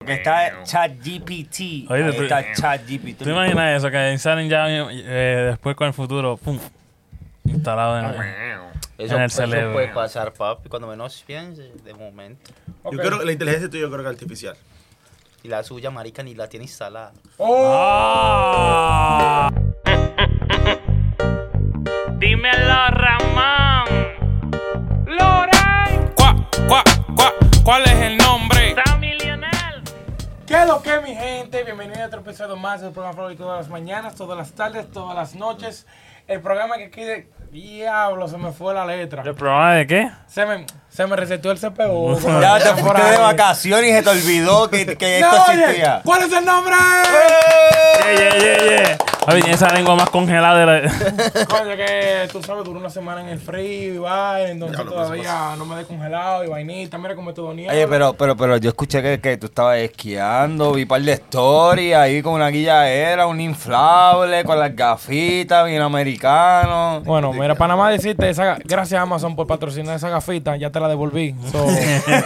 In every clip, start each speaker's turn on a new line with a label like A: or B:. A: porque está ChatGPT.
B: Oye,
A: ahí
B: tú-
A: está ChatGPt.
B: ¿Tú imaginas eso? Que salen ya eh, después con el futuro, pum, instalado en
C: Eso,
B: En el
C: eso
B: cerebro.
C: puede pasar, papi, cuando menos pienses, de momento.
D: Yo creo que la inteligencia tuya, yo creo que artificial.
C: Y la suya, marica, ni la tiene instalada.
E: Dímelo, Ramón. Loray,
F: ¿Cuá, cuá, cuá? ¿Cuál es el nombre?
E: Sammy Lionel.
G: ¿Qué es lo que, mi gente? Bienvenido a otro episodio más del programa favorito todas las mañanas, todas las tardes, todas las noches. El programa que aquí de... Diablo, se me fue la letra.
B: ¿El programa de qué?
G: Se me, se me reseteó el CPU.
A: Ya te
G: Por
A: fuiste
G: ahí.
A: de vacaciones y se te olvidó que, que
G: No,
A: esto
G: oye,
A: existía.
G: ¿Cuál es el nombre?
B: Yeah, yeah, yeah, yeah. Oye, tiene esa lengua más congelada de la...
G: Coño, que tú sabes, duró una semana en el frío y vaina, entonces
D: Diablo, pues,
G: todavía no me he descongelado y vainita. Mira cómo estoy doniendo.
A: Oye, pero, pero, pero yo escuché que, que tú estabas esquiando, vi un par de stories ahí con una guilladera, un inflable, con las gafitas, bien americano.
G: Bueno, mira, para nada más decirte, esa, ga- gracias Amazon por patrocinar esa gafita, ya te la devolví. So, estoy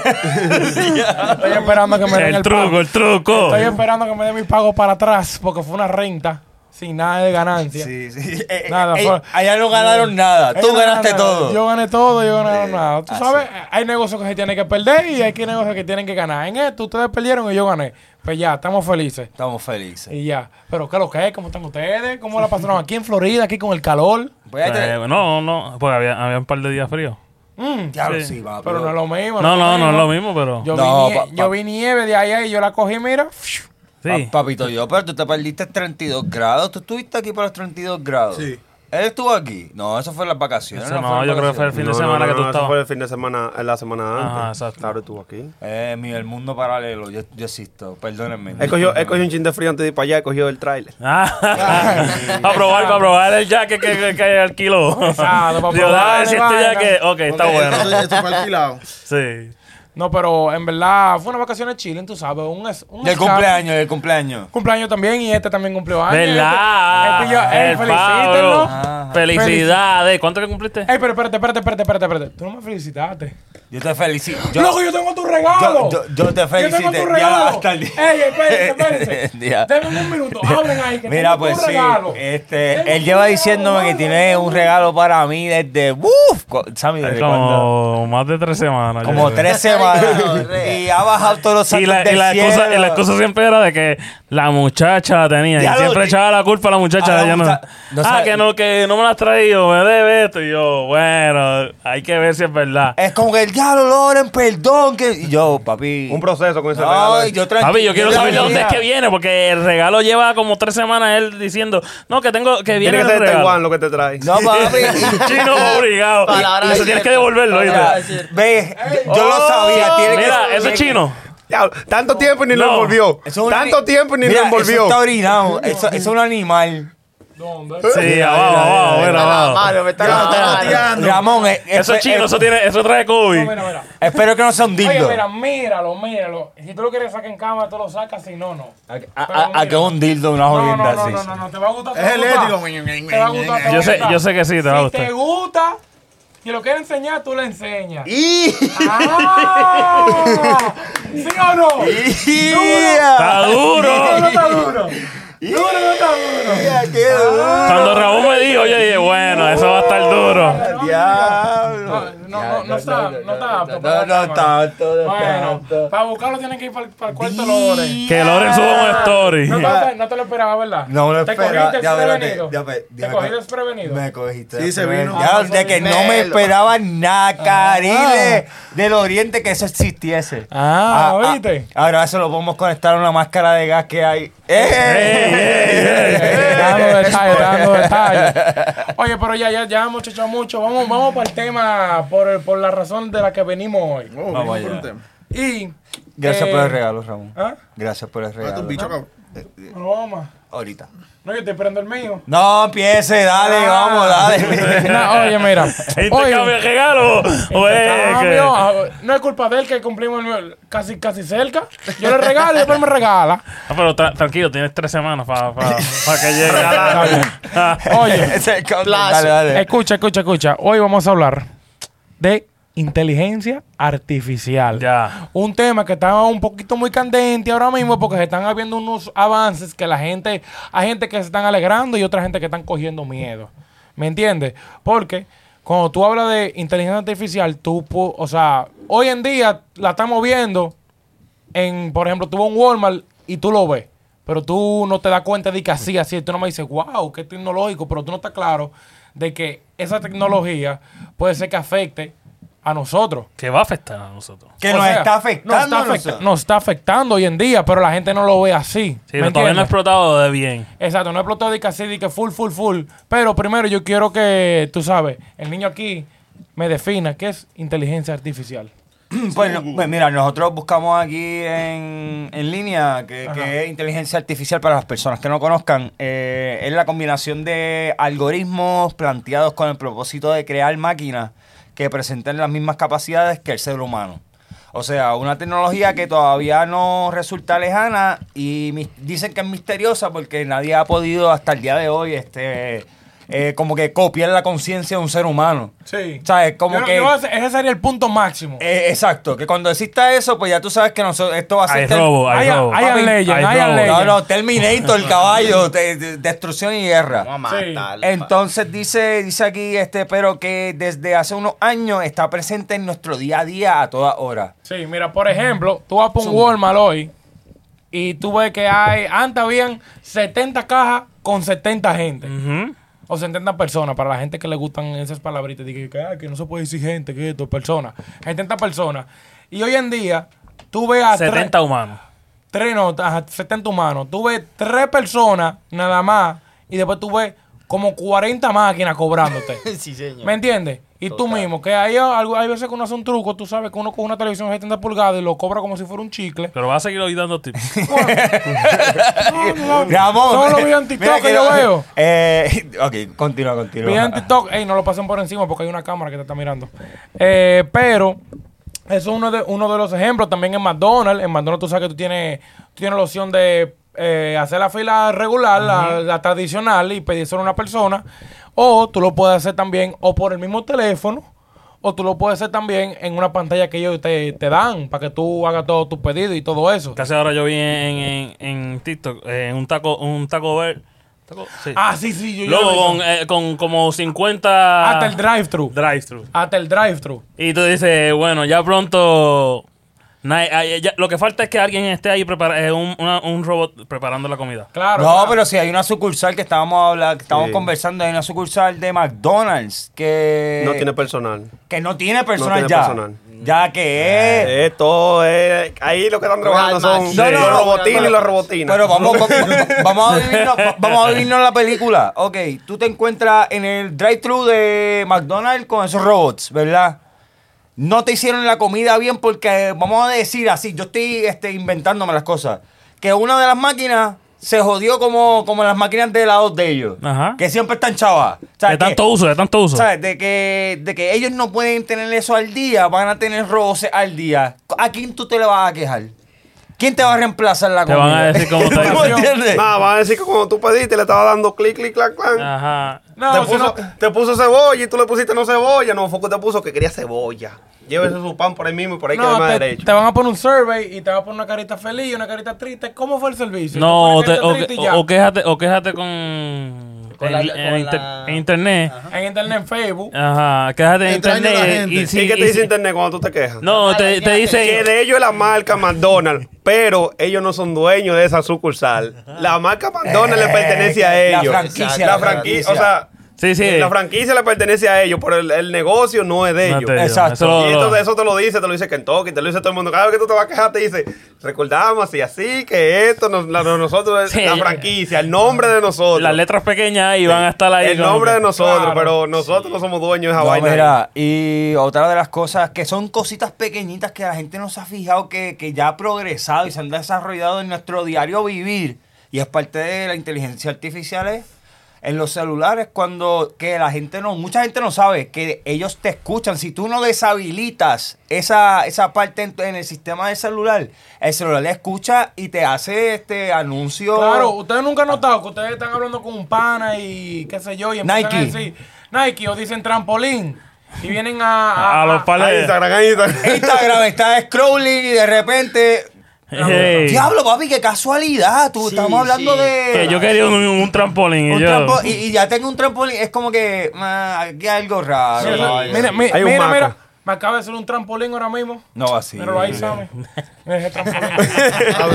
G: esperando que me den
B: El
G: el pago.
B: truco, el truco.
G: Estoy esperando que me den mi pago para atrás porque fue una renta sin nada de ganancia.
A: Sí, sí. Eh, eh,
G: Nada,
A: eh,
G: fue-
A: allá no ganaron nada, tú
G: Ellos
A: ganaste
G: ganaron-
A: todo. Ah,
G: Yo gané todo, yo ganaron nada. Tú
A: así.
G: sabes, hay negocios que se tienen que perder y hay que negocios que tienen que ganar. En esto ustedes perdieron y yo gané. Pues ya, estamos felices.
A: Estamos felices.
G: Y ya. Pero ¿qué es lo que es? ¿Cómo están ustedes? ¿Cómo la pasaron aquí en Florida, aquí con el calor?
A: Voy a tener-
B: Eh, no, no, porque había, había un par de días fríos.
G: Mm,
A: Diablo,
B: sí.
A: sí, va,
G: pero no es lo mismo.
B: No, no, no es lo
G: mismo.
B: mismo, pero...
G: Yo,
A: No,
G: vi, nie-
A: pa- pa-
G: yo vi nieve de allá y yo la cogí, mira. fiu.
A: Pa-
B: sí.
A: Papito, yo, pero tú te perdiste 32 grados. ¿Tú estuviste aquí para los 32 grados?
D: Sí.
A: ¿Él estuvo aquí? No, eso fue en las vacaciones.
B: Eso
A: no,
B: no,
A: fueron
B: yo creo que fue el
A: vacaciones.
B: fin de semana que tú
H: no, eso fue
B: estabas.
H: el fin de semana, eh, la semana antes.
B: Ajá, exacto.
H: Claro, estuvo aquí.
A: Eh, mi, el mundo paralelo. Yo, yo existo, perdónenme.
H: He cogido, he cogido un chin de frío antes de ir para allá, he cogido el tráiler.
B: Ah, a probar, para probar el jaque que, que, que alquiló.
G: Exacto, para
B: Yo,
G: probar,
B: ah, si este
G: vaina.
B: jaque, ok, está
D: Porque
B: bueno.
D: Esto, esto fue alquilado.
B: Sí.
G: No, pero en verdad fue una vacación chile, tú sabes. Un, es- un
A: Y el
G: escape.
A: cumpleaños, el cumpleaños.
G: Cumpleaños también y este también cumplió años.
B: ¿Verdad?
G: Este- este yo- ey,
B: El
G: felicítenlo.
B: Pablo. Felicidades. ¿Cuánto que cumpliste?
G: Ey, pero espérate, espérate, espérate, espérate, espérate. Tú no me felicitaste.
A: Yo te felicito. Yo,
G: ¡Loco, yo tengo tu regalo!
A: Yo- yo- yo te
G: ¡Yo
A: felicité.
G: tengo tu
A: Ya,
G: regalo!
A: hasta el día.
G: ¡Ey, espérense, espérense!
A: Ya.
G: Denme un minuto, hablen ahí, que
A: Mira,
G: tengo
A: pues
G: tu
A: sí.
G: regalo. Tengo
A: Este, él
G: tu
A: lleva
G: regalo,
A: diciéndome que
G: mano,
A: tiene
G: tengo
A: un
G: tu-
A: regalo para mí desde. ¡Uf! co- Sammy, ¿desde cuándo?
B: Eh, Como más de tres semanas.
A: Como
B: yo creo.
A: tres semanas. y ha bajado todos los
B: Y
A: santos
B: la, y
A: del
B: la
A: cielo.
B: excusa, y la excusa siempre era de que la muchacha la tenía.
A: Ya
B: y
A: lo-
B: siempre echaba la culpa a la muchacha.
A: a la
B: ella no,
A: mucha- no
B: ah,
A: sabe-
B: que no, que no me la has traído, me debe esto. Y yo, bueno, hay que ver si es verdad.
A: Es como que el diablo, Loren, perdón. Que... Y yo, papi.
H: Un proceso con ese regalo.
A: No, yo tranquilo.
B: Papi, yo quiero
A: la
B: saber de dónde es
A: sabía.
B: que viene, porque el regalo lleva como tres semanas él diciendo, no, que tengo, que viene
H: Tiene que
B: el
H: ser de Taiwán
B: regalo.
H: lo que te trae.
A: No, papi.
B: Chino obligado.
C: Palabra
B: Y eso tienes
C: cierta.
B: que devolverlo, ¿oíste?
C: Palabra
A: Mira, ve, yo lo sabía. Tiene
B: Oh, Mira,
A: que
B: eso es chino.
H: Ya, tanto tiempo y ni
B: No.
H: lo envolvió.
A: Eso es un
H: tanto
A: ani-
H: tiempo y ni
A: Mira,
H: lo
A: Eso
H: envolvió.
A: está orinado. Eso, eso es un animal.
G: ¿Dónde?
B: Sí, abajo, abajo, mira, abajo.
C: Mano, me está
D: Ya,
C: lavando la
D: está
C: mano.
D: tirando.
A: Ramón, eh,
B: Eso
A: espe-
B: es chino,
A: eh,
B: eso tiene, eso trae
G: No,
B: COVID.
G: mira, mira.
A: Espero que no sea un dildo.
G: Oye, mira, míralo, míralo. Si tú lo quieres sacar en cámara, tú lo sacas, si no, no.
A: A, a- a- a que
G: Pero mira.
A: un dildo, una
G: No,
A: jodienda
G: no, no,
A: así.
G: no, no, no, te va a gustar. te
D: Es
G: va a gustar.
D: eléctrico.
G: Te va a gustar, te va a
B: Yo sé-
G: gustar.
B: yo sé que sí, te va a
G: Si
B: gustar.
G: te gusta, si lo quieres enseñar, tú le enseñas.
A: ¡Y!
G: ¡Ah! ¿Sí o no?
B: Está
G: Duro, no
B: duro.
G: está duro. Duro, no está duro.
A: ¡Qué duro!
B: Cuando Ramón me dijo, yo dije, bueno, eso va a estar duro.
G: Ah,
A: ¡Diablo!
G: No, no, no, no está, no está apto.
A: No,
G: para la
A: no,
G: cámara.
A: tanto, no
G: Bueno,
A: tanto.
G: para buscarlo tienen que ir para, el cuarto de los Ores.
B: Que Loren suba un story.
G: No, te- no te lo esperaba, ¿verdad?
A: No me lo esperaba.
G: Te
A: Ya,
G: cogiste
A: espérate,
G: desprevenido.
A: ya, pe- ya
G: Te
A: me
G: cogiste
A: co-
G: desprevenido.
A: Me cogiste.
D: Sí, se vino.
A: Ya, de que no me
C: Melo.
A: esperaba nada,
G: Ah.
A: Carile del Oriente que eso existiese.
G: Ah, ¿oíste?
A: ahora eso lo podemos conectar a una máscara de gas que hay. ¡Eh!
G: Está dando detalles, está dando detalles. Oye, pero ya, ya, ya hemos hecho mucho. Vamos, vamos para el tema, por, el- por la razón de la que venimos hoy.
D: Oh,
A: Vamos
D: bien
A: allá.
D: por un tema.
G: Y.
A: Gracias
G: eh,
A: por el regalo, Ramón.
G: ¿Ah?
A: Gracias por el
D: Pero
A: regalo.
D: tu bicho, cabrón.
G: Broma.
A: Ahorita.
G: No, yo estoy esperando el mío.
A: No, empiece, dale,
G: Ah.
A: vamos, dale.
G: No, oye, mira.
B: Este ¿Intercambio de regalo? O es Eh, que-
G: Cambio, ah, no es culpa de él que cumplimos el mío casi, casi cerca. Yo le regalo y después me regala.
B: Ah, pero tra- tranquilo, tienes tres semanas para que llegue
G: Está
B: la...
G: bien.
B: Ah,
G: Oye,
A: Ese es el cabrón.
C: Plazo.
A: dale, dale.
G: escucha, escucha, escucha. Hoy vamos a hablar de inteligencia artificial.
B: Ya.
G: Un tema que está un poquito muy candente ahora mismo porque se están habiendo unos avances que la gente, hay gente que se están alegrando y otra gente que están cogiendo miedo. ¿Me entiendes? Porque cuando tú hablas de inteligencia artificial, tú, pu- o sea, hoy en día la estamos viendo en, por ejemplo, tú vas a un Walmart y tú lo ves, pero tú no te das cuenta de que así, así, tú no me dices, wow, qué tecnológico, pero tú no estás claro de que esa tecnología puede ser que afecte a nosotros.
B: Que va a afectar a nosotros.
A: Que
G: O
A: nos
G: sea,
A: está afectando.
G: Nos está,
A: a
G: afecta-
A: nosotros.
G: nos está afectando hoy en día, pero la gente no lo ve así.
B: Sí,
G: ¿me
B: pero todavía no ha
G: entiendes?
B: explotado de bien.
G: Exacto, no explotó de que así, de que full, full, full. Pero primero yo quiero que, tú sabes, el niño aquí me defina qué es inteligencia artificial.
A: Pues, no- pues mira, nosotros buscamos aquí en, en línea que, que es inteligencia artificial para las personas que no conozcan. Eh, es la combinación de algoritmos planteados con el propósito de crear máquinas que presenten las mismas capacidades que el ser humano. O sea, una tecnología que todavía no resulta lejana y mis- dicen que es misteriosa porque nadie ha podido hasta el día de hoy este, eh, como que copiar la conciencia de un ser humano.
G: Sí.
A: O sea, es como que...
G: ese sería el punto máximo.
A: Eh, exacto, que cuando exista eso, pues ya tú sabes que nosotros, esto va a ser.
B: Hay
A: ter-
B: robo, hay
G: Haya-
B: robo.
G: haya
B: Papi,
G: leyes,
B: hay
G: haya
B: robo.
G: leyes.
A: No, no, Terminator, el caballo, de- de- destrucción y guerra.
C: Vamos a
G: Sí.
C: matar.
A: Entonces dice, dice aquí, este, pero que desde hace unos años está presente en nuestro día a día a toda hora.
G: Sí, mira, por ejemplo, tú vas por un Walmart hoy y tú ves que hay, antes habían 70 cajas con 70 gente.
B: Ujú.
G: O 70 personas, para la gente que le gustan esas palabritas, dije que, ah, que no se puede decir gente, que esto, personas. 70 personas. Y hoy en día, tú ves a
B: 70 humanos.
G: tres notas, ajá, 70 humanos. Tú ves tres personas nada más y después tú ves como 40 máquinas cobrándote.
C: sí, señor.
G: ¿Me entiendes? Y tú
C: Total.
G: mismo, que hay, algo- hay veces que uno hace un truco, tú sabes que uno con una televisión de 70 pulgadas y lo cobra como si fuera un chicle.
B: Pero va a seguir hoy dando tips.
A: Ramón,
G: Solo vi en
A: mira
G: TikTok que yo
A: no-
G: veo.
A: Eh, ok, continúa, continúa.
G: Bien en TikTok, ey, no lo pasen por encima porque hay una cámara que te está mirando. Eh, pero eso es uno de, uno de los ejemplos. También en McDonald's, en McDonald's tú sabes que tú tienes, tú tienes la opción de eh, hacer la fila regular, la, la tradicional y pedir solo a una persona. O tú lo puedes hacer también o por el mismo teléfono. O tú lo puedes hacer también en una pantalla que ellos te, te dan para que tú hagas todos tus pedidos y todo eso.
B: Casi ahora yo vi en, en, en TikTok eh, un taco, un taco ver. taco- sí.
G: Ah, sí, sí, yo yo lo
B: Luego
G: he
B: con,
G: visto.
B: eh, con como 50
G: Hasta el drive-thru.
B: drive-thru.
G: Hasta el drive-thru.
B: Y tú dices, bueno, ya pronto. na- eh, ya- lo que falta es que alguien esté ahí, prepara, eh, un, una- un robot preparando la comida.
G: Claro.
A: no,
G: claro.
A: pero si hay una sucursal que estábamos hablando, que estábamos conversando, hay una sucursal de McDonald's que
H: No tiene personal.
A: que no tiene personal
H: tiene
A: ya.
H: personal.
A: Ya que es.
H: Eh, todo es. Ahí lo que están trabajando son
C: No,
A: no,
H: los
A: no.
H: robotines y los robotinas.
A: Pero vamos, vamos, vamos a vivirnos, va- vamos a vivirnos la película. Ok, tú te encuentras en el drive-thru de McDonald's con esos robots, ¿verdad? No te hicieron la comida bien porque, vamos a decir así, yo estoy este, inventándome las cosas. Que una de las máquinas se jodió como, como las máquinas de helados de ellos.
B: Ajá.
A: Que siempre están chavas. O sea,
B: de
A: que-
B: tanto uso, de tanto uso.
A: ¿Sabes? De que, de que ellos no pueden tener eso al día, van a tener roces al día. ¿A quién tú te le vas a quejar? ¿Quién te va a reemplazar la
B: Te
A: comida?
B: van a decir cómo
A: ¿Tú
B: te-
A: me entiendes?
H: Nada, van a decir que cuando tú pediste le estaba dando clic, clic, clac, clac.
B: Ajá.
G: No,
H: te,
G: si
H: puso,
G: no-
H: te puso cebolla y tú le pusiste no cebolla. No, Foco te puso que quería cebolla. Llévese su pan por ahí mismo y por ahí que
G: No,
H: más
G: te,
H: derecho.
G: te van a poner un survey y te van a poner una carita feliz y una carita triste. ¿Cómo fue el servicio?
B: No, o,
G: Te pones carita
B: te- o,
G: triste y
B: que-
G: ya.
B: o quéjate, o quéjate con.
C: Con la-
B: en,
C: con
B: en inter-
C: la-
B: en internet.
G: En internet, en Facebook.
B: Ah. Ajá. Quéjate en
D: Entraña a la
B: internet.
D: gente.
B: Y si,
H: ¿Y qué
B: y
H: te dice
B: si-
H: internet cuando tú te quejas?
B: No, te, te
H: Que
B: dice.
H: de ellos es la marca McDonald's, pero ellos no son dueños de esa sucursal. La marca McDonald's le pertenece a
A: Eh, la
H: ellos.
A: franquicia,
H: La
A: la franquicia.
H: franquicia. O sea,
B: Sí, sí.
H: la franquicia le pertenece a ellos, pero el, el negocio no es de
B: No
H: ellos.
B: te digo,
A: Exacto.
B: eso lo-
H: Y
B: lo-
H: entonces eso te lo dice, te lo dice Kentucky, te lo dice todo el mundo. Cada vez que tú te vas a quejar, te dice, recordamos así, así, que esto, nos- la- nosotros,
B: Sí,
H: la
B: ya-
H: franquicia, el nombre de nosotros.
B: las letras pequeñas y van a estar ahí.
H: el
B: como
H: nombre
B: que-
H: de nosotros,
G: Claro.
H: pero nosotros no somos dueños de esa
A: No,
H: vaina.
A: mira, y otra de las cosas que son cositas pequeñitas que la gente no se ha fijado que, que ya ha progresado y se han desarrollado en nuestro diario vivir y es parte de la inteligencia artificial es en los celulares cuando que la gente no mucha gente no sabe que ellos te escuchan si tú no deshabilitas esa, esa parte en, tu- en el sistema del celular el celular le escucha y te hace este anuncio
G: Claro, ustedes nunca han notado que ustedes están hablando con un pana y qué sé yo, y empiezan
A: Nike.
G: a decir Nike o dicen trampolín. Y vienen a. a-
B: A los
G: a-
H: A
B: pales.
H: Instagram, a Instagram.
A: Instagram está scrolling y de repente.
B: Ey,
A: Diablo, papi, qué casualidad. Tú
C: Sí,
A: estamos hablando
C: sí.
A: de.
B: que yo quería un, un trampolín. y
A: Un
B: yo,
A: trampo- y, y ya tengo un trampolín. Es como que. ma, aquí hay algo raro. caballo.
G: Mira, mi-
H: Hay un
G: mira,
H: maco.
G: mira. Me acaba de hacer un trampolín ahora mismo.
A: no, así.
G: Míralo ahí, Sammy. Mira ese trampolín.
C: Ah,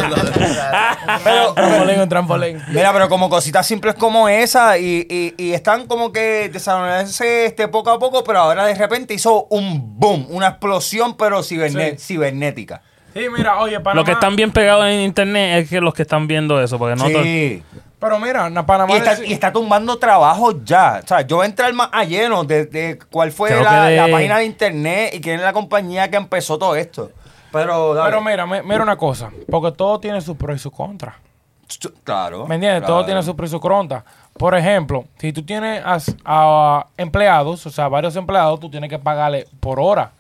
A: Pero-
G: Un trampolín, un trampolín.
A: Mira, pero como cositas simples como esa y, y- y están como que desarrollándose este poco a poco, pero ahora de repente hizo un boom, una explosión, pero ciberne- cibernética.
G: Sí, mira, oye, Panamá.
B: Los que están bien pegados en internet es que los que están viendo eso. Porque no todo-
A: sí.
G: Pero mira, na- Panamá.
A: Y está,
G: le-
A: y está tumbando trabajo ya. O sea, yo voy a entrar más a lleno de, de cuál fue
B: Creo
A: la,
B: que de-
A: la página de internet y quién es la compañía que empezó todo esto. Pero, dale.
G: Pero mira, mi- mira una cosa. Porque todo tiene sus pros y sus contras.
A: Ch- claro.
G: ¿Me entiendes?
A: claro.
G: Todo tiene su precio cronta. Por ejemplo, si tú tienes as- a, empleados, o sea, varios empleados, tú tienes que pagarle por hora.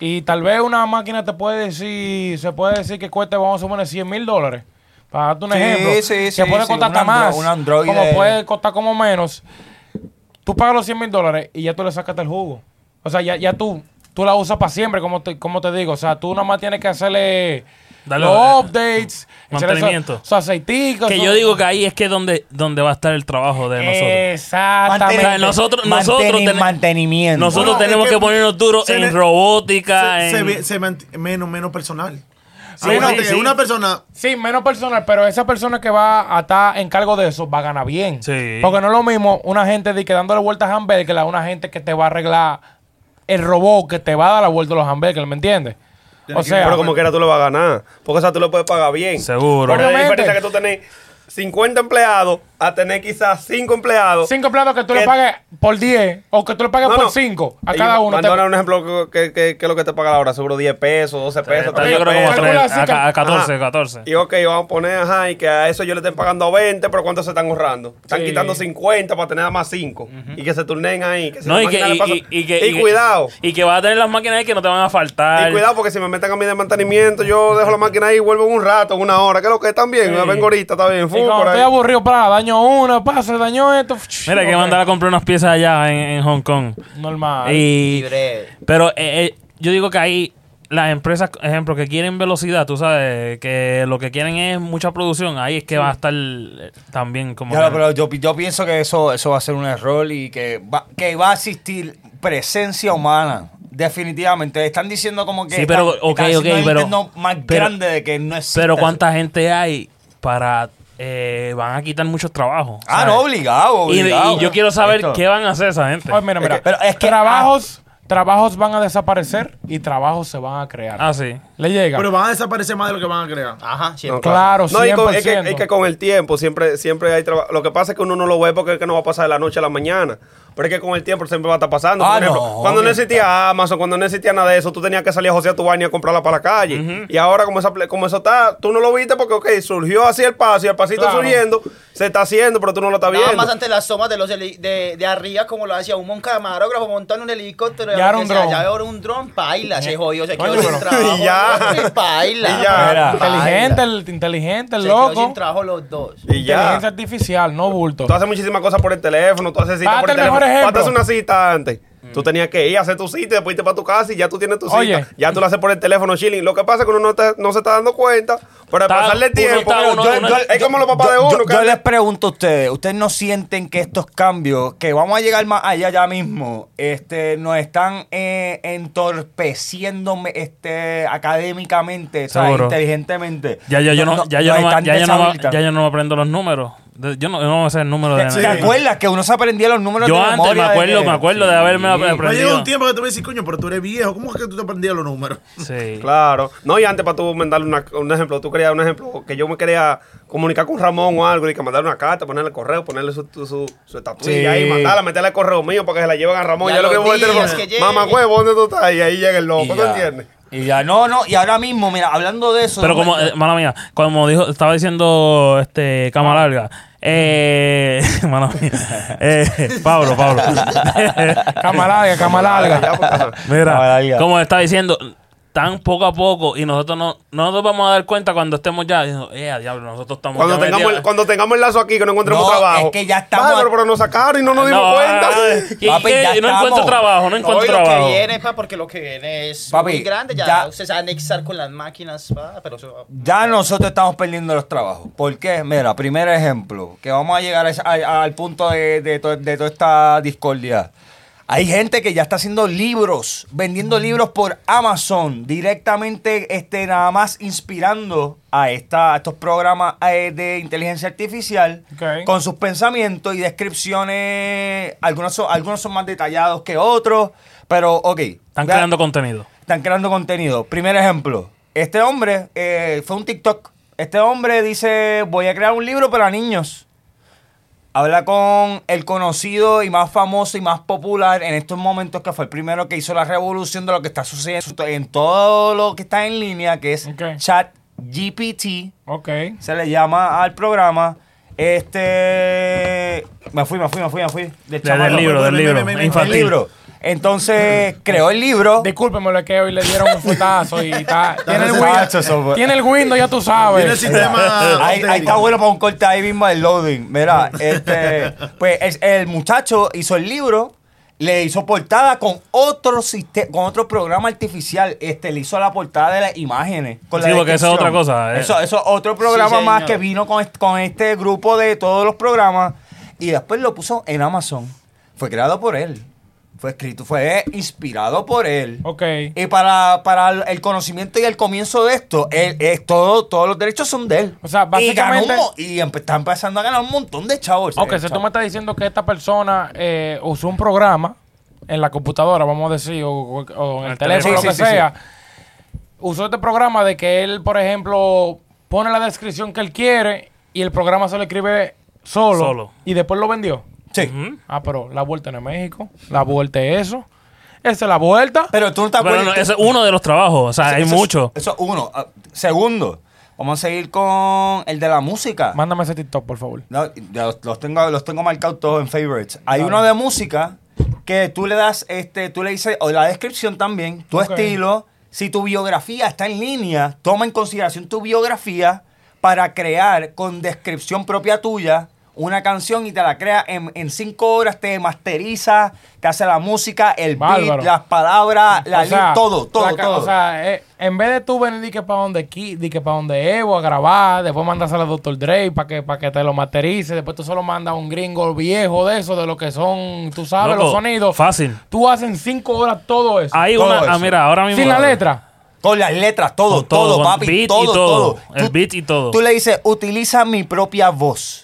G: Y tal vez una máquina te puede decir, se puede decir que cueste, vamos a suponer, 100 mil dólares. Para darte un
A: Sí,
G: ejemplo.
A: sí,
G: que
A: sí,
G: puede
A: sí,
G: costar
A: un
G: hasta
A: andro-
G: más.
A: un androide.
G: Como puede costar como menos. Tú pagas los 100 mil dólares y ya tú le sacas el jugo. O sea, ya, ya tú, tú la usas para siempre, como te, como te digo. O sea, tú nada más tienes que hacerle
B: Dale,
G: los
B: eh,
G: updates,
B: mantenimiento.
G: Su aceiticos.
B: Que
G: su-
B: yo digo que ahí es que donde, donde va a estar el trabajo de nosotros.
A: Manteni-
B: O sea,
G: Eh, Exactamente.
B: nosotros, nosotros,
A: manteni-
B: tenemos-
A: mantenimiento.
B: nosotros
D: Bueno, es
B: tenemos
D: que
B: que, ponernos duros
D: se
B: en
D: le-
B: robótica.
D: Se, se
B: en-
D: ve- se mant- menos, menos personal.
G: Sí,
D: Acuérdate,
G: sí, sí.
D: una persona
G: Sí, menos personal, pero esa persona que va a estar en cargo de eso va a ganar bien.
B: Sí.
G: Porque no es lo mismo una gente de que dándole vueltas a hamburger a una gente que te va a arreglar el robot que te va a dar la vuelta a los hamburgers, ¿me entiendes? O sea,
H: Pero como quiera tú lo vas a ganar. Porque o sea, tú lo puedes pagar bien.
B: Seguro.
H: Porque la
G: Obviamente.
H: diferencia es que tú tenés 50 empleados a tener quizás 5 empleados.
G: cinco platos que tú le
H: que-
G: pagues por 10 o que tú le pagues
H: No,
G: por
H: no.
G: 5 a
H: Y
G: cada uno. te-
H: Mandona, un ejemplo que, que- que es lo que te paga la hora. Seguro 10 pesos, 12 pesos.
B: Está yo
H: 13
B: creo como
H: pesos.
G: Calcula
B: tres,
G: así,
B: a ca- a 14,
H: Ajá.
B: 14.
H: Y ok, vamos a poner, ajá, y que a eso yo le estén pagando 20, pero ¿cuánto se están ahorrando? Están
G: Sí.
H: quitando 50 para tener nada más 5. Y que se turnen ahí. Que si
B: No,
H: la
B: y, que,
H: máquina le
B: y,
H: pasa-
B: y- y que-
H: Y
B: y que-
H: cuidado.
B: Y que vas a tener las máquinas ahí que no te van a faltar.
H: Y cuidado porque si me meten a mí de mantenimiento, yo dejo la máquina ahí y vuelvo en un rato, en una hora. ¿Qué es lo que están bien?
B: Sí.
H: Vengo ahorita, está bien.
G: y
H: Fum,
G: cuando
H: por
G: estoy
H: ahí.
G: aburrido, para, daño uno, pasa, daño esto.
B: Mira, hay que
G: Ok. Ah,
B: mandar a comprar unas piezas allá en, en Hong Kong.
G: Normal.
B: Y-
C: Libre.
B: pero eh, eh, yo digo que ahí las empresas, ejemplo, que quieren velocidad, tú sabes, que lo que quieren es mucha producción, ahí es que va a estar eh, también como...
A: Claro,
B: que-
A: pero yo, yo pienso que eso, eso va a ser un error y que va, que va a existir presencia humana. Definitivamente. Están diciendo como que.
B: Sí, pero,
A: están-
B: ok,
A: están haciendo
B: ok,
A: el
B: pero-
A: Nintendo más
B: pero-
A: grande de que no existe.
B: Pero cuánta gente hay para... eh, van a quitar muchos trabajos.
A: Ah,
B: ¿sabes?
A: no, obligado,
B: Y-
A: obligado.
B: Y, yo quiero saber
A: Esto.
B: qué van a hacer esa gente.
G: Ay, mira, mira.
A: que- pero es
H: ah.
A: que-
G: trabajos, trabajos van a desaparecer y trabajos se van a crear.
B: Ah, sí.
G: Le llega.
D: Pero van a desaparecer más de lo que van a crear.
C: Ajá,
H: No,
C: siempre.
G: claro,
H: No, y con- es,
G: 100%.
H: que, es que con el tiempo siempre, siempre hay trabajo. Lo que pasa es que uno no lo ve porque es que no va a pasar de la noche a la mañana. Pero es que con el tiempo siempre va a estar pasando.
A: Ah,
H: Por ejemplo,
A: no,
H: cuando no
A: obvio.
H: existía Amazon, cuando no existía nada de eso, tú tenías que salir a José a tu baño a comprarla para la calle. Y ahora, como, esa ple- como eso está, tú no lo viste porque, ok, surgió así el paso y el pasito
G: Claro.
H: surgiendo, se está haciendo, pero tú no lo estás
C: Nada
H: viendo.
C: más ante las tomas de los heli- de, de arriba, como lo hacía un mon camarógrafo, montando un helicóptero.
G: Y ahora
C: lo
G: un
C: que sea,
G: dron.
C: Ya ahora un dron, paila, se jodió, se quedó
G: Coño,
C: sin
G: pero-
C: trabajo.
H: Y ya.
C: papi, Paila.
H: Y ya.
A: Mira,
C: Paila.
G: Inteligente, el, inteligente, el
C: Se quedó
G: loco.
C: sin trabajo los dos.
H: y ya.
G: Inteligencia artificial, no bulto.
H: Tú haces muchísimas cosas por el teléfono, tú haces citas
G: Párate
H: por el
G: el mejor
H: teléfono.
G: ejemplo.
H: Tú haces una cita antes.
C: Mm.
H: Tú tenías que ir a hacer tu cita, después irte para tu casa y ya tú tienes tu cita.
G: Oye.
H: Ya tú la haces por el teléfono, chilling. Lo que pasa es que uno no, te- no se está dando cuenta, pero al
B: Está-
H: pasarle
B: uno
H: tiempo,
B: está- uno-
H: yo-
B: uno-
H: yo- es como los papás
A: Yo-
H: de
A: yo-
H: uno.
A: Yo,
H: que antes-
A: les pregunto a ustedes, ¿ustedes no sienten que estos cambios, que vamos a llegar más allá ya mismo, este, nos están eh, entorpeciendo me- este, académicamente, o sea,
B: Seguro.
A: inteligentemente?
B: Ya, ya, yo no, ya, yo
A: nos
B: no, me-
A: están
B: ya, yo no, me-
A: deshabilitando.
B: ya yo no me aprendo los números. De- Yo no, yo no me sé el número de
A: ¿Te,
B: nada.
A: te acuerdas que uno se aprendía los números
B: Yo
A: de
B: antes me
A: memoria de
B: acuerdo,
A: que-
B: me acuerdo de
A: Sí.
B: haberme
D: Va a
B: aprendido.
D: llegar un tiempo que tú me dices, coño, pero tú eres viejo. ¿Cómo es que tú te aprendías los números?
B: Sí.
H: Claro. No, y antes para tú mandarle una- un ejemplo, tú querías un ejemplo que yo me quería comunicar con Ramón o algo y que mandarle una carta, ponerle el correo, ponerle su, tu- su, su estatuilla
A: Sí.
H: ahí, mandarla, meterle el correo mío para que se la lleven a Ramón.
C: Y
H: Ya,
C: a
H: lo que
C: los
H: voy a
C: días
H: teléfono.
C: que llegue.
H: Mamá huevo, ¿dónde tú estás? Y ahí llega el
A: Y
H: loco, ¿tú
A: ya.
H: entiendes?
A: Y ya, no, no, y ahora mismo, mira, hablando de eso.
B: Pero
A: de un-
B: como, eh, mala mía, como dijo, estaba diciendo este Cama
H: Ah.
B: Larga, eh, mala mía, eh, Pablo, Pablo.
G: Cama larga, cama
H: Ya,
G: larga.
H: ya, pues, por casa.
A: Cama
B: Mira,
A: Larga.
B: como estaba diciendo, tan poco a poco y nosotros no, no nos vamos a dar cuenta cuando estemos ya. Y, digo, eh, a diablo, nosotros estamos
H: Cuando
B: ya
H: tengamos, el,
B: metidos".
H: cuando tengamos el lazo aquí, que no encontremos
A: No,
H: trabajo.
A: es que ya estamos-
H: Bárbaro, pero nos sacaron y no nos dimos
B: No,
H: cuenta.
B: y-
A: Papi,
B: y-
A: ya
B: y no
A: estamos.
B: encuentro trabajo, no
C: No, y
B: encuentro
C: lo que
B: trabajo.
C: viene, pa, porque lo que viene es
A: Papi,
C: muy grande. Ya,
A: ya-
C: se sabe anexar con las máquinas, pa, pero eso...
A: Ya nosotros estamos perdiendo los trabajos. ¿Por qué? Mira, primer ejemplo, que vamos a llegar a esa- a- al punto de, de to- de toda esta discordia. Hay gente que ya está haciendo libros, vendiendo libros por Amazon, directamente este, nada más inspirando a, esta, a estos programas eh, de inteligencia artificial
G: Ok.
A: con sus pensamientos y descripciones. Algunos son, algunos son más detallados que otros, pero ok.
B: Están
A: Ya-
B: creando contenido.
A: están creando contenido. Primer ejemplo. Este hombre eh, fue un TikTok. Este hombre dice, voy a crear un libro para niños. Habla con el conocido y más famoso y más popular en estos momentos que fue el primero que hizo la revolución de lo que está sucediendo en todo lo que está en línea, que es
G: Ok.
A: Chat GPT.
G: Ok.
A: Se le llama al programa. Este... Me fui, me fui, me fui, me fui. Del
B: Del,
A: chamaco.
B: libro, del
D: me-
B: libro.
D: me- me- me-
A: El
B: infantil.
A: libro. Entonces, creó el libro.
G: Discúlpeme, lo que hoy le dieron un futazo y está. tiene, el
A: Macho, eso
G: Windows,
A: fue.
G: tiene el Windows, ya tú
D: Tiene el
G: sabes.
D: sistema.
A: Ahí, ahí está bueno para un corte ahí mismo el loading. Mira, este, pues es- el, muchacho hizo el libro, le hizo portada con otro siste- con otro programa artificial. Este, le hizo la portada de las imágenes. Con la
B: Sí, porque eso es
A: descripción.
B: otra cosa, eh.
A: Eso, eso es otro programa
C: Sí,
A: más
C: señor.
A: que vino con este, con este grupo de todos los programas. Y después lo puso en Amazon. Fue creado por él. Fue escrito, fue inspirado por él.
G: Ok.
A: Y Eh, para, para el- el conocimiento y el comienzo de esto, él, es todo, todos los derechos son de él.
G: O sea, básicamente-
A: Y, ganó un mo- y empe- está empezando a ganar un montón de chavos.
G: Ok,
A: Eh,
G: si tú
A: chavos.
G: me estás diciendo que esta persona eh, usó un programa en la computadora, vamos a decir, o, o- o en el
B: el
G: teléfono,
A: teléfono.
G: lo que
A: Sí, sí, sí,
G: sea, usó este programa de que él, por ejemplo, pone la descripción que él quiere y el programa se lo escribe solo,
B: Solo.
G: y después lo vendió.
A: Sí.
G: Ah, pero la vuelta en México, la vuelta es eso, esa es la vuelta.
A: Pero tú no
H: pues,
A: estás
B: Pero no, ese es uno de los trabajos. O sea, hay muchos.
A: Eso es uno. Ah, segundo, vamos a seguir con el de la música.
G: Mándame ese TikTok, por favor.
A: No, ya los, los tengo, los tengo marcados todos en favorites. Hay uno de música que tú le das, este, tú le dices, o la descripción también, tu
G: Ok.
A: estilo. Si tu biografía está en línea, toma en consideración tu biografía para crear con descripción propia tuya una canción y te la crea en, en cinco horas, te masteriza, te hace la música, el
G: Bárbaro.
A: beat, las palabras, la
G: O
A: li-
G: sea,
A: todo, todo,
G: la ca-
A: todo.
G: O sea, eh, en vez de tú venir di que para donde qui- di que para donde Evo a grabar, después mandas a la Dr. Dre para que, para que te lo materice, después tú solo mandas a un gringo viejo de eso, de lo que son, tú sabes,
B: Loco,
G: los sonidos.
B: fácil.
G: Tú haces en cinco horas todo eso.
B: Hay
A: todo
B: una. Ah,
A: eso.
B: mira, ahora mismo.
G: sin la letra.
A: Con las letras, todo,
B: Con todo,
A: todo,
B: con
A: papi.
B: beat y
A: todo,
B: todo.
A: todo.
B: El beat y todo.
A: Tú le dices, utiliza mi propia voz.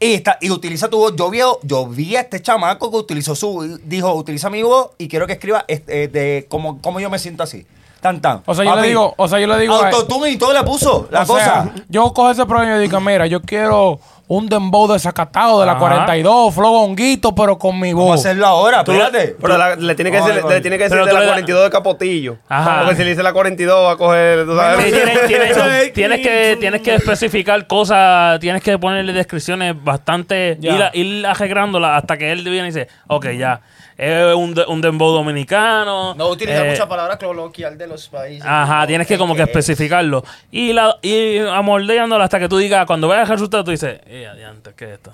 A: Y, está, y utiliza tu voz. Yo vi, yo vi a este chamaco que utilizó su. Dijo, utiliza mi voz y quiero que escriba este, eh, de cómo, cómo yo me siento así. Tan, tan.
G: O sea, yo le digo, o sea, yo le digo. a-
A: Autotune y todo le puso. La
G: o
A: cosa.
G: sea, yo cojo ese problema y digo, mira, yo quiero un dembow desacatado de la
B: Ajá.
G: 42, flow honguito, pero con mi
A: Vamos a
G: voz.
A: hacerlo ahora, espérate.
H: Pero la- le tiene que
A: Ay,
H: decir,
A: ay.
H: le tiene que
B: Pero
H: decir de
B: tú
H: la
B: le das-
H: 42 de Capotillo.
B: Ajá.
H: Porque si le dice la 42 va a coger... ¿tú sabes?
B: Sí, tienes, tienes-
D: Ay,
B: tienes que, tienes que especificar cosas, tienes que ponerle descripciones bastante,
G: Ya.
B: ir, a- ir arreglándolas hasta que él viene y dice, ok, ya, es un, de- un dembow dominicano.
C: No utiliza
B: eh,
C: mucha palabra coloquial de los países. Eh,
B: Ajá,
C: No,
B: tienes que
C: es
B: como que especificarlo. Y, la, y amoldeándola hasta que tú digas, cuando veas el resultado, tú dices, eh, adiante, ¿qué es esto?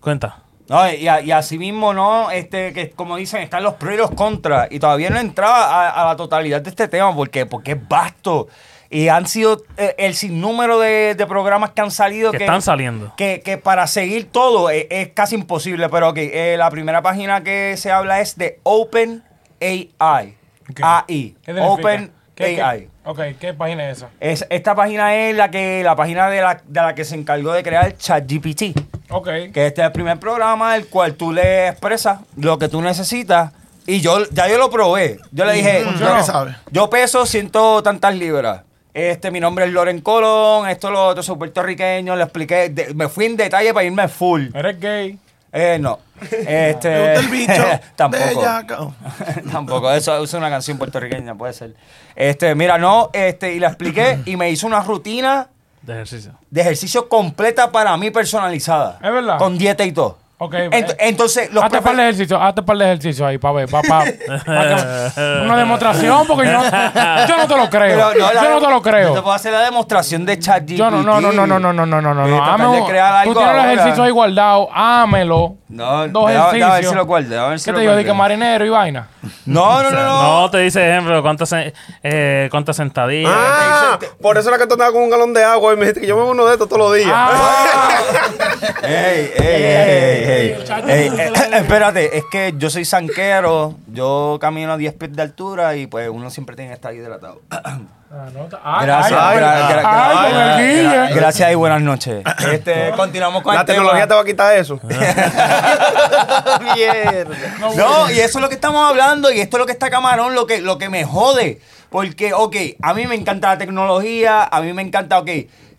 B: Cuenta.
A: No, y, a- y así mismo, ¿no? Este, que como dicen, están los pros y los contras. Y todavía no entraba a, a la totalidad de este tema. ¿Por qué? Porque es vasto. Y han sido eh, el sinnúmero de, de programas que han salido.
B: Que están saliendo.
A: Que, que para seguir todo eh, es, es casi imposible. Pero ok, eh, la primera página que se habla es de Open AI.
G: Ok.
A: AI.
G: ¿Qué significa?
A: Open
G: ¿Qué- qué-
A: AI.
G: Ok, ¿qué página es esa?
A: Es- esta página es la que la página de la, de la que se encargó de crear ChatGPT
G: Ok.
A: que este es el primer programa el cual tú le expresas lo que tú necesitas. Y yo ya yo lo probé. Yo le dije,
D: Mm,
A: yo,
D: ¿qué sabe?
A: yo peso ciento tantas libras. Este, mi nombre es Loren Colón, esto lo otro, soy puertorriqueño, le expliqué, de- me fui en detalle para irme full.
G: Eres gay.
A: Eh, no. Este,
D: Me gusta el bicho.
A: tampoco.
D: Bellaca.
A: Tampoco, eso es una canción puertorriqueña, puede ser. Este, mira, no, este, y la expliqué y me hizo una rutina
B: De ejercicio.
A: de ejercicio completa para mí personalizada.
G: Es verdad.
A: Con dieta y todo.
G: Ok.
A: Ent-
G: eh,
A: entonces, los
G: hazte un par de
A: profes-
G: ejercicios, hazte un par de ejercicios ahí para ver, pa- pa- pa' que- una demostración porque yo no, yo no te lo creo.
A: Pero no, la-
G: yo no te lo
A: Yo te
G: creo.
A: puedo hacer la demostración de ChatGPT.
G: Yo no, no, no, no, no, no, no, no, no, no.
A: Y tratar de
G: hazme un-
A: crear algo
G: tú tienes los
A: ahora.
G: ejercicios ahí guardados, ámelo.
A: No,
G: dos
A: da- da a ver
G: ejercicios.
A: si lo guardo, a ver si
G: ¿Qué
A: lo
G: te digo?
A: guardo.
G: De que marinero y vaina.
A: No, no, no, no.
B: No, te dice ejemplo, cuántas sen- eh, cuántas sentadillas.
H: Ah, por eso era que tú andabas con un galón de agua y me dijiste que yo me hago uno de estos todos los días.
G: Ah,
A: Ey, ey, ey, ey, ey. Ey, eh, Espérate, es que yo soy sanquero, yo camino a 10 pies de altura y pues uno siempre tiene que estar hidratado.
G: Ah,
A: Gracias,
G: ay,
A: gra-
G: ay,
A: gra-
G: ay,
A: gra-
G: con el
A: gra-
G: guille.
A: gracias y buenas noches. Este, continuamos con
H: la
A: el tema.
H: tecnología te va a quitar eso.
A: Ah.
C: Mierda.
A: No, y eso es lo que estamos hablando y esto es lo que está camarón, lo que, lo que me jode. Porque, ok, a mí me encanta la tecnología, a mí me encanta, ok,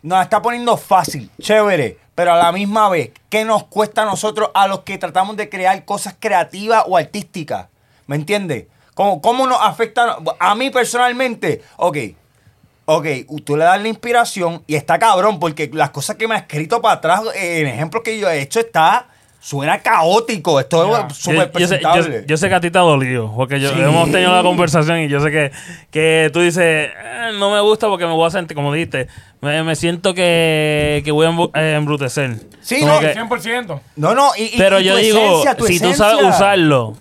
A: nos la está poniendo fácil, chévere, pero a la misma vez, ¿qué nos cuesta a nosotros a los que tratamos de crear cosas creativas o artísticas? ¿Me entiendes? ¿Cómo, ¿Cómo nos afecta? A mí personalmente, ok, Ok, tú le das la inspiración y está cabrón, porque las cosas que me ha escrito para atrás, eh, en ejemplos que yo he hecho, está. Suena caótico. Esto es
B: Yo-
A: súper
B: yo, sé,
A: presentable.
B: yo- yo sé que a ti te ha dolido, porque yo, hemos tenido la conversación y yo sé que, que tú dices, "Eh, no me gusta porque me voy a sentir, como dijiste, me, me siento que, que voy a embru- eh, embrutecer.
A: Sí,
B: Como
A: no,
B: que-
G: 100%,
A: no, no, y, y-
B: pero
A: y
B: yo
A: tu
B: digo,
A: esencia, tu
B: si tú
A: esencia.
B: sabes usarlo,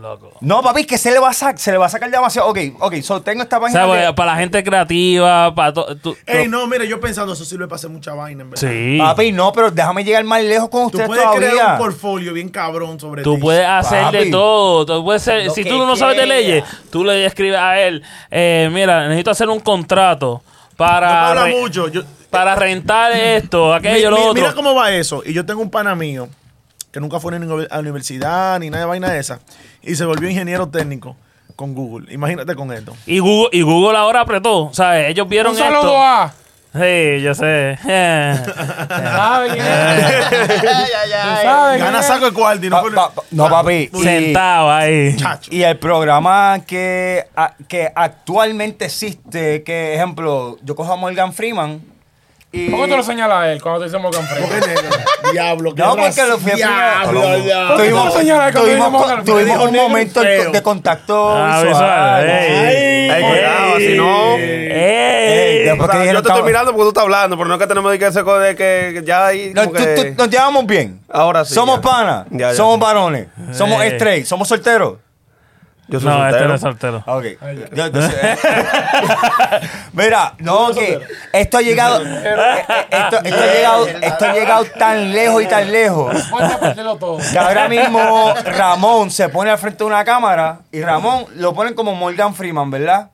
B: loco.
A: No, papi, es que se le va a sacar, se le va a sacar demasiado. Ok, ok, so tengo esta
B: O sea,
A: página. de-
B: pues, para la gente creativa, para todo. tú-
D: Ey,
B: tú-
D: no, mira, yo pensando, eso sirve para hacer mucha vaina, en verdad.
B: Sí.
A: Papi, no, pero déjame llegar más lejos con
D: Tú
A: ustedes
D: puedes crear
A: todavía.
D: un portfolio bien cabrón sobre
B: Tú
D: ti.
B: puedes hacer de
A: Papi.
B: todo. Tú puedes ser-
C: Lo
B: si
C: que
B: tú no sabes de
C: quiera.
B: leyes, tú le escribes a él, eh, mira, necesito hacer un contrato
D: No
B: para,
D: habla
B: re-
D: mucho. Yo,
B: para rentar esto,
D: Mi-
B: aquello,
D: mi-
B: lo
D: Mira
B: otro.
D: cómo va eso. Y yo tengo un pana mío que nunca fue ni a la universidad ni nada de vaina de esa. Y se volvió ingeniero técnico con Google. Imagínate con esto.
B: Y Google, y Google ahora apretó. O sea, ellos vieron
G: Un saludo
B: esto.
G: a...
B: Sí, yo sé.
G: ¿Sabes quién es?
C: Ay, ay,
G: ¿Tú
C: ay.
G: sabes quién
D: Gana
G: es?
D: saco de cuarto y no
A: Pa-
D: pone-
A: pa- pa- no, papi. y-
B: Sentado ahí.
D: Chacho.
A: Y el programa que, a- que actualmente existe, que ejemplo, yo cojo a Morgan Freeman y...
G: ¿Por qué tú lo señalas a él cuando te dice Morgan Freeman?
D: Qué negro. Diablo, qué
A: No, porque lo fui a
D: Diablo,
A: primero.
D: diablo.
G: ¿Por qué tú lo
A: Tuvimos,
G: señalas cuando
A: tuvimos-
G: dice Morgan Freeman?
A: tuvimos un
D: Negro
A: momento
D: feo.
A: de contacto
B: Ah,
A: visual.
B: visual. Ey.
H: Ey, cuidado, si no-
B: Ey.
A: Ey,
H: O sea,
A: Porque
H: yo te
A: estaba-
H: estoy mirando porque tú estás hablando, pero no es que tenemos que hacer cosas de que ya ahí.
A: No,
H: como
A: tú-
H: que-
A: tú- nos llevamos bien.
H: Ahora sí,
A: Somos
H: ya.
A: panas.
H: Ya, ya.
A: Somos varones. Somos
B: Ey.
A: straight. Somos solteros.
H: Yo soy
B: No, este
H: soltero.
B: no es soltero.
A: Ah, Ok. Yo- yo sé. Mira, no, que esto ha llegado. eh, eh, Esto, esto ha llegado. Esto ha llegado tan lejos y tan lejos.
G: Cuenta por ti lo todo.
A: Que ahora mismo Ramón se pone al frente de una cámara y Ramón lo ponen como Morgan Freeman, ¿verdad?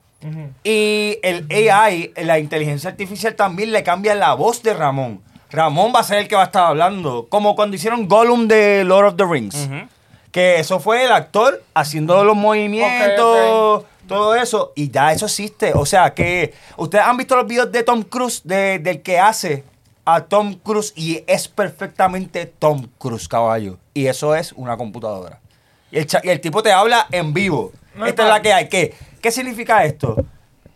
A: Y el AI, la inteligencia artificial, también le cambia la voz de Ramón. Ramón va a ser el que va a estar hablando. Como cuando hicieron Gollum de Lord of the Rings. Que eso fue el actor haciendo los movimientos, todo eso. Y ya eso existe. O sea, que ustedes han visto los videos de Tom Cruise, de- del que hace a Tom Cruise y es perfectamente Tom Cruise, caballo. Y eso es una computadora. Y el, cha- y el tipo te habla en vivo.
G: No
A: Esta
G: es
A: es la
G: fácil.
A: que hay. ¿Qué, ¿Qué significa esto?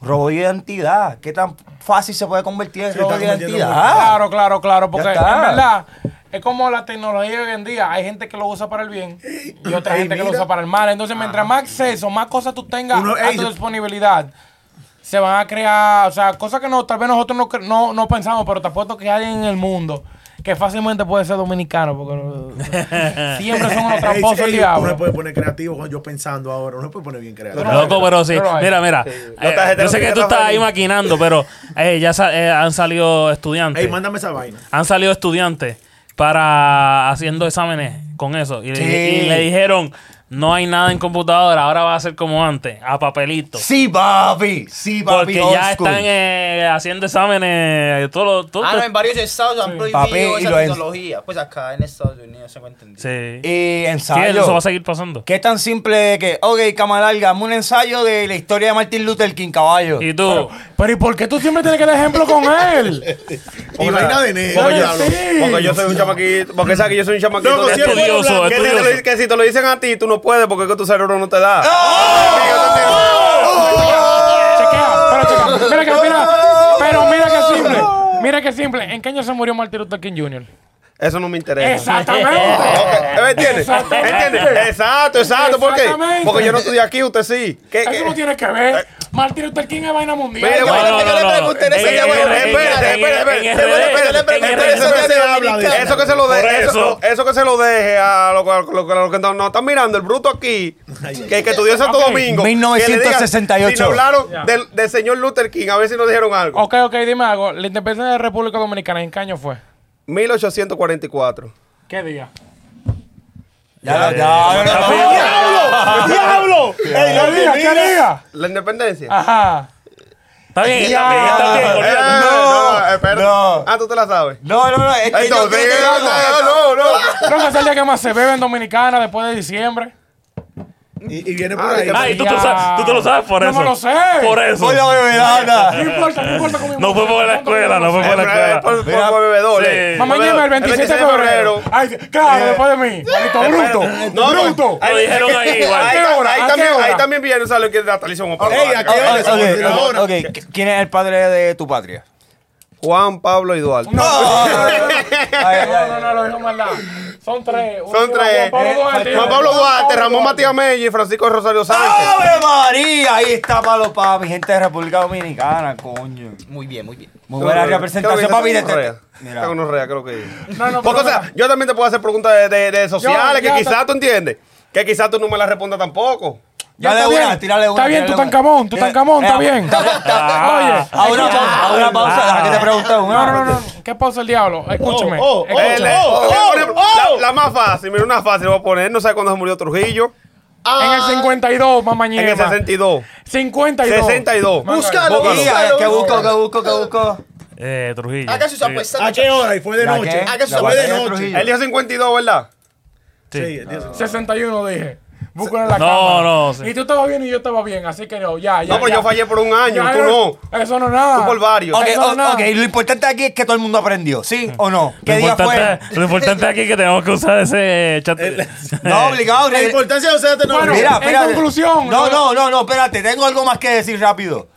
A: Robo de identidad. ¿Qué tan fácil se puede convertir en
D: Se
A: robo
D: está
A: de
D: convirtiendo en
A: identidad?
G: Claro, claro, claro, porque
A: Ya
G: en
A: está.
G: verdad es como la tecnología de hoy en día. Hay gente que lo usa para el bien y otra
D: Ey,
G: gente que lo
D: mira.
G: usa para el mal. Entonces, mientras más acceso, más cosas tú tengas
D: Uno-
G: a
D: ey,
G: tu
D: yo-
G: disponibilidad, se van a crear, o sea, cosas que no, tal vez nosotros no, cre- no, no pensamos, pero te apuesto que hay en el mundo que fácilmente puede ser dominicano, porque siempre son unos
D: Ey,
G: tramposos el
D: ey, Uno se
G: diablo.
D: puede poner creativo, yo pensando ahora. Uno se puede poner bien creativo.
G: Pero-
B: Loco, pero sí.
G: No lo hay.
B: Mira, mira. eh,
H: estás
B: yo sé que tú estás ahí
H: feliz.
B: maquinando, pero eh, ya sa- eh, han salido estudiantes.
D: Ey, mándame esa vaina.
B: han salido estudiantes para haciendo exámenes con eso. Y, le,
A: Sí.
B: y le dijeron, no hay nada en computadora, ahora va a ser como antes, a papelito.
A: Sí, papi. Sí, papi.
B: Porque
A: old
B: ya
A: school.
B: están eh, haciendo exámenes, todo, lo- todo-
C: Ah, no, en varios estados han prohibido
A: Papi, y
C: esa
A: lo es-
C: tecnología. Pues acá en Estados Unidos se me entendido.
B: Sí.
A: Y
B: Sí,
A: ensayo.
B: eso va a seguir pasando.
A: ¿Qué tan simple que, ok, cama larga, hazme un ensayo de la historia de Martin Luther King, caballo?
B: Y tú,
G: Pero ¿y por qué tú siempre tienes que dar ejemplo con él?
D: Y vaina de negro.
G: Porque yo-
D: diablo.
H: Porque yo soy un chamaquito. Porque sabes que yo soy un chamaquito.
D: Loco,
H: que-
D: si eres
B: Estudioso,
D: bueno
H: que, si te
B: estudioso.
H: lo di- que si te lo dicen a ti, tú no puedes porque es que tu cerebro no te da.
G: Chequea, pero chequea. Mira que mira, pero mira que simple. Mira que simple. ¿En qué año se murió Martin Luther King Jr.?
H: Eso no me interesa.
G: Exactamente.
H: Eh, ¿Me entiendes?
G: Exactamente.
H: ¿Entiendes? Eh, Exacto, exacto. ¿Por qué?
G: Exactamente.
H: Porque yo no estudié aquí, usted sí. ¿Qué,
G: Eso no
H: qué?
G: tiene que ver. Martín Luther King es vaina mundial.
H: Mire,
G: Ya,
H: eh, bueno,
B: no,
H: yo
B: no,
H: le
B: no.
H: pregunté en ese
B: En
H: día, bueno,
B: RD,
H: espérate,
B: en
H: espérate,
B: RD,
H: espérate, espérate, espérate, le pregunté
B: en
H: eso
B: RD.
H: que se habla de-
D: Dominicana.
H: Eso que se lo
B: Por
H: deje,
B: eso.
H: eso, eso que se lo deje a los lo, lo- lo que no, no están mirando, el bruto aquí, que, que estudió en Santo
G: Ok,
H: Domingo.
A: 1968.
H: Que le digan, si no hablaron del, del señor Luther King, a ver si nos dijeron algo.
G: Ok, ok, dime algo. La independencia de la República Dominicana, ¿en qué año fue?
H: 1844.
G: ¿Qué día?
A: Ya, ya, ya, ya.
D: ¡Diablo! ¡Ey, no
G: ¿Qué día? ¿Qué día?
H: La independencia.
G: Ah. Ajá.
B: Está bien, está bien, está bien.
H: Eh,
B: olvídate.
A: no,
H: espérate.
A: no.
H: Ah, tú te la sabes.
A: No, no, no. Es que yo
H: Entonces, eh,
A: quiero que lo haga.
H: no, no.
G: Creo que es el día que más se bebe en Dominicana después de diciembre.
D: Y, y viene por
H: Ah,
D: ahí.
A: Eh,
H: que-
B: Ay, tú, te
G: Ya.
B: lo sabes, tú te lo sabes por
G: No
B: eso.
G: me lo sé.
B: Por eso.
A: Voy a beber
G: No
A: ahora.
G: importa, no importa cómo
B: No fue por la escuela, no fue por la
H: Eh, Por
B: escuela.
H: por- por bebedores.
B: Sí.
G: Mamá
H: Bebedores.
G: llama el 27 de febrero. Ay, claro, después de mí. Maldito bruto.
H: No, no.
G: bruto.
H: Ahí-
B: Lo dijeron ahí igual.
H: Ahí,
G: ¿A qué hora?
H: ahí
G: ¿A qué
H: también,
G: hora?
H: ahí también viene, ¿sabes lo que es natalicio?
D: Ey, ¿a qué
A: Ah,
D: hora?
A: ah, ok,
D: Mira ahora.
A: ok. ¿Quién es el padre de tu patria?
H: Juan Pablo y Duarte.
A: Ay, ay,
G: No,
A: ay.
G: no, no, lo dijo mal. Son tres. Uno
H: Son
G: lleva Juan
H: tres.
G: Pablo Duarte.
H: Juan Pablo Duarte, Ramón Matías Mella y Francisco Rosario Sánchez.
A: ¡Ave María! Ahí está Palo Pa, mi gente de República Dominicana, coño.
C: Muy bien, muy bien.
A: Muy buena
H: ¿Qué
A: representación,
H: es lo
A: papi.
H: que
A: de
H: dice? Está con
A: este-
H: Norrea.
A: Mira.
H: Está con Norrea, creo que
G: No, no,
H: Porque, o
G: pero-
H: sea, yo también te puedo hacer preguntas de, de- de sociales
G: ya
H: que
G: está-
H: quizás tú entiendes. Que quizás tú no me las respondas tampoco.
G: Ya
A: Dale
G: está
A: una,
G: bien.
A: tírale una.
G: Está bien,
A: tírale
G: tú
A: una.
G: tan camón, tú
A: Tira-
G: tan camón,
A: Eh,
G: está bien.
B: Ah.
G: Oye,
A: Ahora una pausa, ahora una pausa, deja que te pregunte una.
G: no, no, no, no. ¿Qué pausa el diablo? Escúchame.
D: Oh, oh, oh,
H: Él
G: escúchame.
H: es-
D: oh,
H: Ok, por ejemplo,
D: oh.
H: La, la más fácil, mira, una fácil, le voy a poner. No sé cuándo se murió Trujillo.
G: En
C: Ah,
G: el 52, mamá
H: En el
G: ñema.
H: 62.
G: 52.
H: 62.
C: Búscalo,
H: Búscalo.
A: Mira,
C: búscalo.
A: ¿Qué busco, qué busco, qué busco?
B: Eh, Trujillo.
C: Haga
B: Sí.
C: sus
A: pues,
B: Ah,
C: apuestas.
D: ¿A qué hora? Y fue de
A: ¿La
D: noche.
A: qué?
D: Ah, que
A: La
D: fue de
A: batalla de
D: noche.
A: Trujillo.
H: Él dijo 52, ¿verdad?
D: Sí,
B: Sí.
D: Dios.
G: Ah. 61 dije. Búscalo en la
B: No,
G: cámara.
B: no, sí.
G: Y tú estabas bien y yo estaba bien, así que no, ya, ya.
H: No, pero
G: ya.
H: yo fallé por un año,
G: Ya,
H: tú no.
G: Eso no es nada.
H: Tú por varios.
A: Ok,
G: Eso no es
A: o-
G: nada.
A: ok, lo importante aquí es que todo el mundo aprendió, ¿sí o no?
B: Lo
A: ¿Qué día fue?
B: importante, lo importante aquí es que tenemos que usar ese chat.
A: No, obligado.
D: La
A: re-
D: importancia de usted tener
G: Bueno,
A: Mira,
G: en
A: espérate.
G: conclusión,
A: No,
G: ¿no?
A: no, no, no, espérate. Tengo algo más que decir rápido.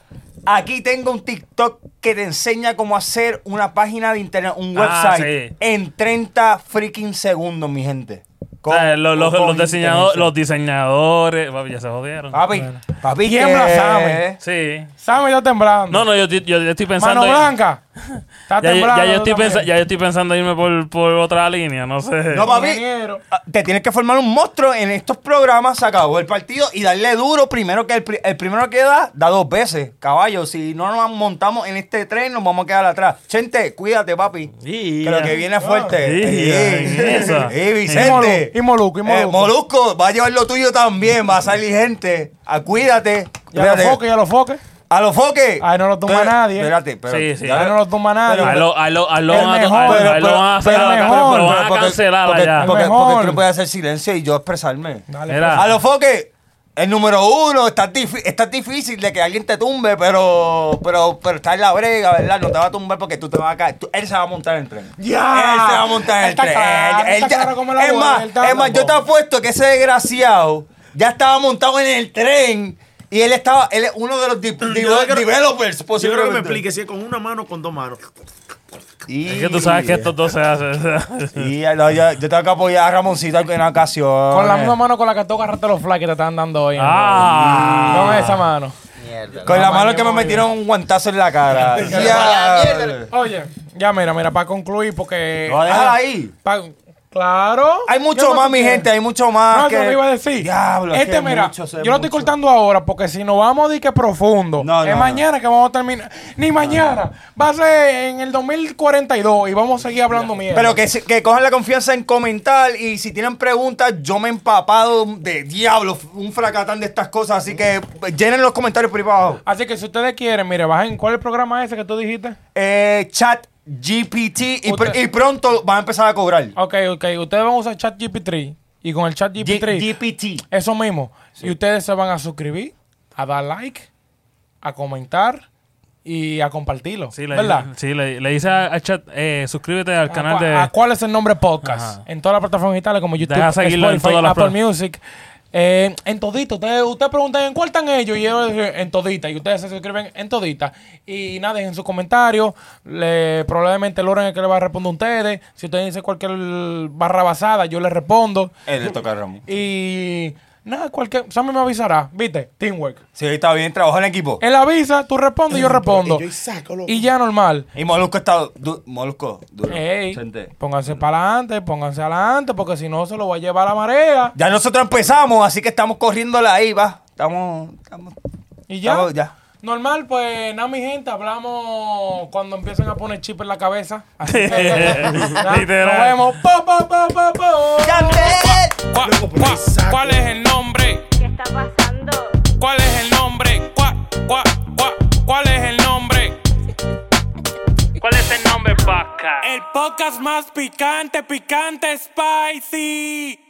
A: Aquí tengo un TikTok que te enseña cómo hacer una página de internet, un
B: Ah,
A: website,
B: sí.
A: en 30 freaking segundos, mi gente.
B: O
A: Con-
B: sea, Eh, los, los-
A: con
B: los diseñadores,
A: inteligencia.
B: los diseñadores, papi, ya se jodieron.
A: Papi, papi,
G: ¿Quién
A: que-
G: la sabe?
B: Sí,
G: Sammy está temblando.
B: No, no, yo, yo- yo estoy pensando.
G: Mano
B: en-
G: Blanca. Está
B: Ya, yo-
G: temblando.
B: ya yo estoy
G: también.
B: pensa- ya yo estoy pensando irme por, por otra línea, no sé.
A: No, papi.
G: Ingeniero.
A: ah, Te tienes que formar un monstruo en estos programas. Se acabó el partido y darle duro. Primero que el, pri- el primero que da, da dos veces. Caballo, si no nos montamos en este tren, nos vamos a quedar atrás. Chente, cuídate, papi.
B: Y-
A: Que lo que viene es fuerte.
B: Sí, en esa.
A: Sí,
G: Y Molu-
A: Vicente.
G: y Moluco, y
A: Eh,
G: Moluco.
A: Molusco, va a llevar lo tuyo también. Va a salir gente. Ah, cuídate.
G: Ya lo
A: Espérate.
G: foque, ya lo foque.
A: A los foques.
G: Ay, no lo tumba
A: Espérate,
G: nadie.
A: Espérate, espérate.
B: Sí, sí.
A: Ya-
G: Ahí no lo tumba nadie.
B: A lo, a lo, a lo,
G: El
B: van a-
G: mejor,
B: a lo- a
G: pero-
B: lo van a hacer,
G: pero-
B: a-
G: pero-
B: pero
G: pero-
B: van a cancelar
A: porque,
B: allá.
A: Porque,
G: El
A: porque
G: mejor.
A: tú no puedes hacer silencio y yo expresarme.
G: Dale,
B: Mira.
A: A los foques. El número uno, está, difi- está difícil de que alguien te tumbe, pero, pero, pero está en la brega, ¿verdad? No te va a tumbar porque tú te vas a caer. Tú- él se va a montar en el tren.
G: Ya.
A: Él se va a montar en el
G: Está
A: tren.
G: claro,
A: Él- él
G: está
A: ya-
G: claro como la
A: es
G: bola,
A: más,
G: él está
A: es más, yo te
G: loco.
A: apuesto que ese desgraciado ya estaba montado en el tren y él estaba, él es uno de los di- di-
D: creo-
A: developers
D: Yo creo que me
A: posiblemente.
D: explique si es con una mano o con dos manos.
A: Y-
B: Es que tú sabes que estos dos se hacen.
A: Y no, yo, yo tengo que apoyar a Ramoncito en una ocasión.
G: Con la misma mano con la que tú agarraste los fly que te estaban dando hoy.
B: Ah.
G: No esa mano.
C: Mierda.
A: Con la mano que me metieron un guantazo en la cara.
C: Mierda.
A: Ya.
G: Oye, ya mira, mira, para concluir, porque.
A: No, déjala ahí.
G: Pa- claro.
A: Hay
G: Yo
A: mucho
G: no
A: más,
G: te
A: mi
G: quiero.
A: gente, hay mucho más.
G: No,
A: que...
G: eso te iba a decir.
A: Diablo,
G: este, mira, yo lo estoy
A: cortando.
G: cortando ahora porque si nos vamos de que profundo,
A: No, no,
G: es
A: no.
G: mañana que vamos a terminar. Ni mañana, va a ser en el 2042 y vamos a seguir hablando mierda.
A: Pero que, se- que cojan la confianza en comentar y si tienen preguntas, yo me he empapado de diablo, un fracatán de estas cosas, así que llenen los comentarios por ahí para abajo.
G: Así que si ustedes quieren, mire, bajen. ¿Cuál es el programa ese que tú dijiste?
A: Eh, chat GPT y, pr-
G: Usted-
A: y pronto van a empezar a cobrar.
G: Ok, ok. Ustedes van a usar ChatGPT y con
A: G-
G: el ChatGPT.
A: GPT.
G: Eso mismo. Y ustedes se van a suscribir, a dar like, a comentar y a compartirlo.
B: Sí, le,
G: ¿Verdad?
B: sí, le, le dice a- al chat, eh, suscríbete al
G: ¿A
B: canal
G: cua-
B: de...
G: ¿A cuál es el nombre podcast?
B: Ajá.
G: En todas las plataformas digitales como YouTube,
B: Deja seguirlo en
G: Spotify,
B: todas las
G: Apple
B: pla-
G: Music, eh, en todita. Ustedes, ustedes preguntan en cuál están ellos y ellos dicen, en todita. Y ustedes se suscriben en todita. Y nada, dejen sus comentarios. Le, probablemente Loren es el que le va a responder a ustedes. Si ustedes dicen cualquier barra basada, yo les respondo.
A: Él le toca a Ramón.
G: Y nada, cualquier. Sammy me avisará. ¿Viste? Teamwork.
A: Sí, está bien, trabajo en equipo.
G: Él avisa, tú respondes, yo respondo.
D: Y yo, y saco, loco.
G: Y ya normal.
A: Y Molusco está. du- Molusco, duro.
G: Ey,
A: Sente.
G: pónganse para adelante, pónganse adelante, porque si no se lo va a llevar la marea.
A: Ya nosotros empezamos, así que estamos corriéndola ahí, va. Estamos. estamos
G: Y ya.
A: Estamos- ya.
G: Normal, pues nada, mi gente, hablamos cuando empiecen a poner chip en la cabeza. Así que, nada, nos
B: Literal.
G: vemos. Pa, pa, pa, pa, pa.
F: Cuá, cuá, ¿Cuál es el nombre?
E: ¿Qué está pasando?
F: ¿Cuál es el nombre? Cuá, cuá, cuá, ¿Cuál es el nombre?
E: ¿Cuál es el nombre, vaca?
F: El podcast más picante, picante, spicy.